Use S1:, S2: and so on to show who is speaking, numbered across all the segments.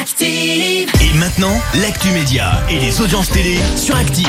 S1: Active,
S2: Et maintenant, l'actu média et les audiences télé sur Active.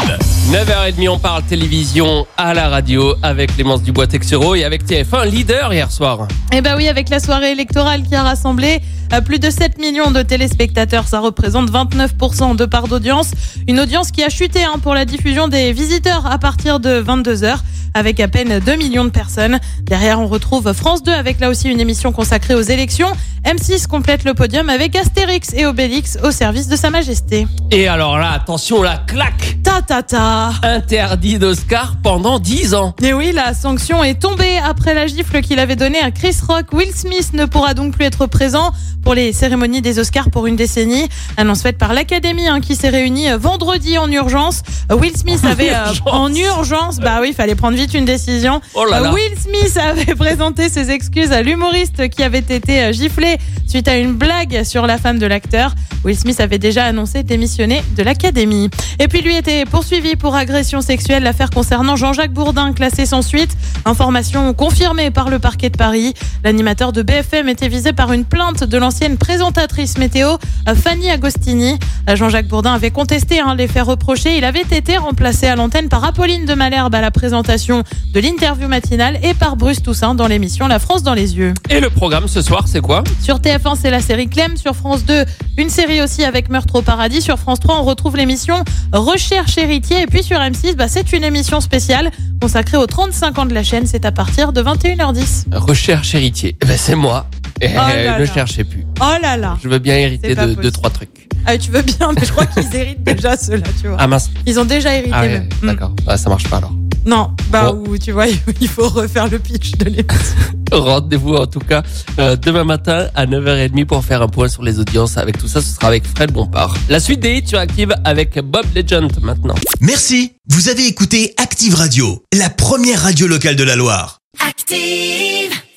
S3: 9h30, on parle télévision à la radio avec Clémence Dubois-Texero et avec TF1 leader hier soir.
S4: Eh ben oui, avec la soirée électorale qui a rassemblé euh, plus de 7 millions de téléspectateurs, ça représente 29% de part d'audience. Une audience qui a chuté hein, pour la diffusion des visiteurs à partir de 22h, avec à peine 2 millions de personnes. Derrière, on retrouve France 2 avec là aussi une émission consacrée aux élections. M6 complète le podium avec Astérix et Obélix au service de Sa Majesté.
S3: Et alors là, attention, la claque
S4: Ta ta ta
S3: interdit d'Oscar pendant 10 ans.
S4: Et Eh oui, la sanction est tombée après la gifle qu'il avait donnée à Chris Rock. Will Smith ne pourra donc plus être présent pour les cérémonies des Oscars pour une décennie. Annonce faite par l'Académie hein, qui s'est réunie euh, vendredi en urgence. Euh, Will Smith avait euh,
S3: urgence.
S4: en urgence, bah oui, fallait prendre vite une décision.
S3: Oh là là.
S4: Euh, Will Smith avait présenté ses excuses à l'humoriste qui avait été euh, giflé suite à une blague sur la femme de l'acteur. Will Smith avait déjà annoncé démissionner de l'Académie. Et puis lui était poursuivi pour agression sexuelle, l'affaire concernant Jean-Jacques Bourdin classée sans suite. Information confirmée par le parquet de Paris. L'animateur de BFM était visé par une plainte de l'ancienne présentatrice météo euh, Fanny Agostini. Euh, Jean-Jacques Bourdin avait contesté hein, les faits reprochés. Il avait été remplacé à l'antenne par Apolline de Malherbe à la présentation de l'interview matinale et par Bruce Toussaint dans l'émission La France dans les yeux.
S3: Et le programme ce soir, c'est quoi
S4: Sur TF1, c'est la série Clem. Sur France 2, une série aussi avec Meurtre au paradis. Sur France 3, on retrouve l'émission Recherche héritier. Et puis sur M6, bah, c'est une émission spéciale consacrée aux 35 ans de la chaîne. C'est à partir de 21h10.
S3: Recherche héritier. Eh ben, c'est moi. Eh,
S4: là
S3: ne
S4: Oh là.
S3: cherchez plus.
S4: Oh là là
S3: Je veux bien hériter
S4: C'est pas
S3: de, de
S4: possible.
S3: trois trucs.
S4: ah, Tu veux bien, mais je crois qu'ils héritent déjà ceux-là, tu vois.
S3: Ah mince.
S4: Ils ont déjà hérité.
S3: Ah ouais,
S4: même. Mm.
S3: d'accord. Ah, ça marche pas alors.
S4: Non, bah
S3: Bon.
S4: ou tu vois, il faut refaire le pitch de l'émission.
S3: Rendez-vous en tout cas euh, demain matin à 9h30 pour faire un point sur les audiences. Avec tout ça, ce sera avec Fred Bompard. La suite des hits sur Active avec Bob Legend maintenant.
S2: Merci, vous avez écouté Active Radio, la première radio locale de la Loire.
S1: active.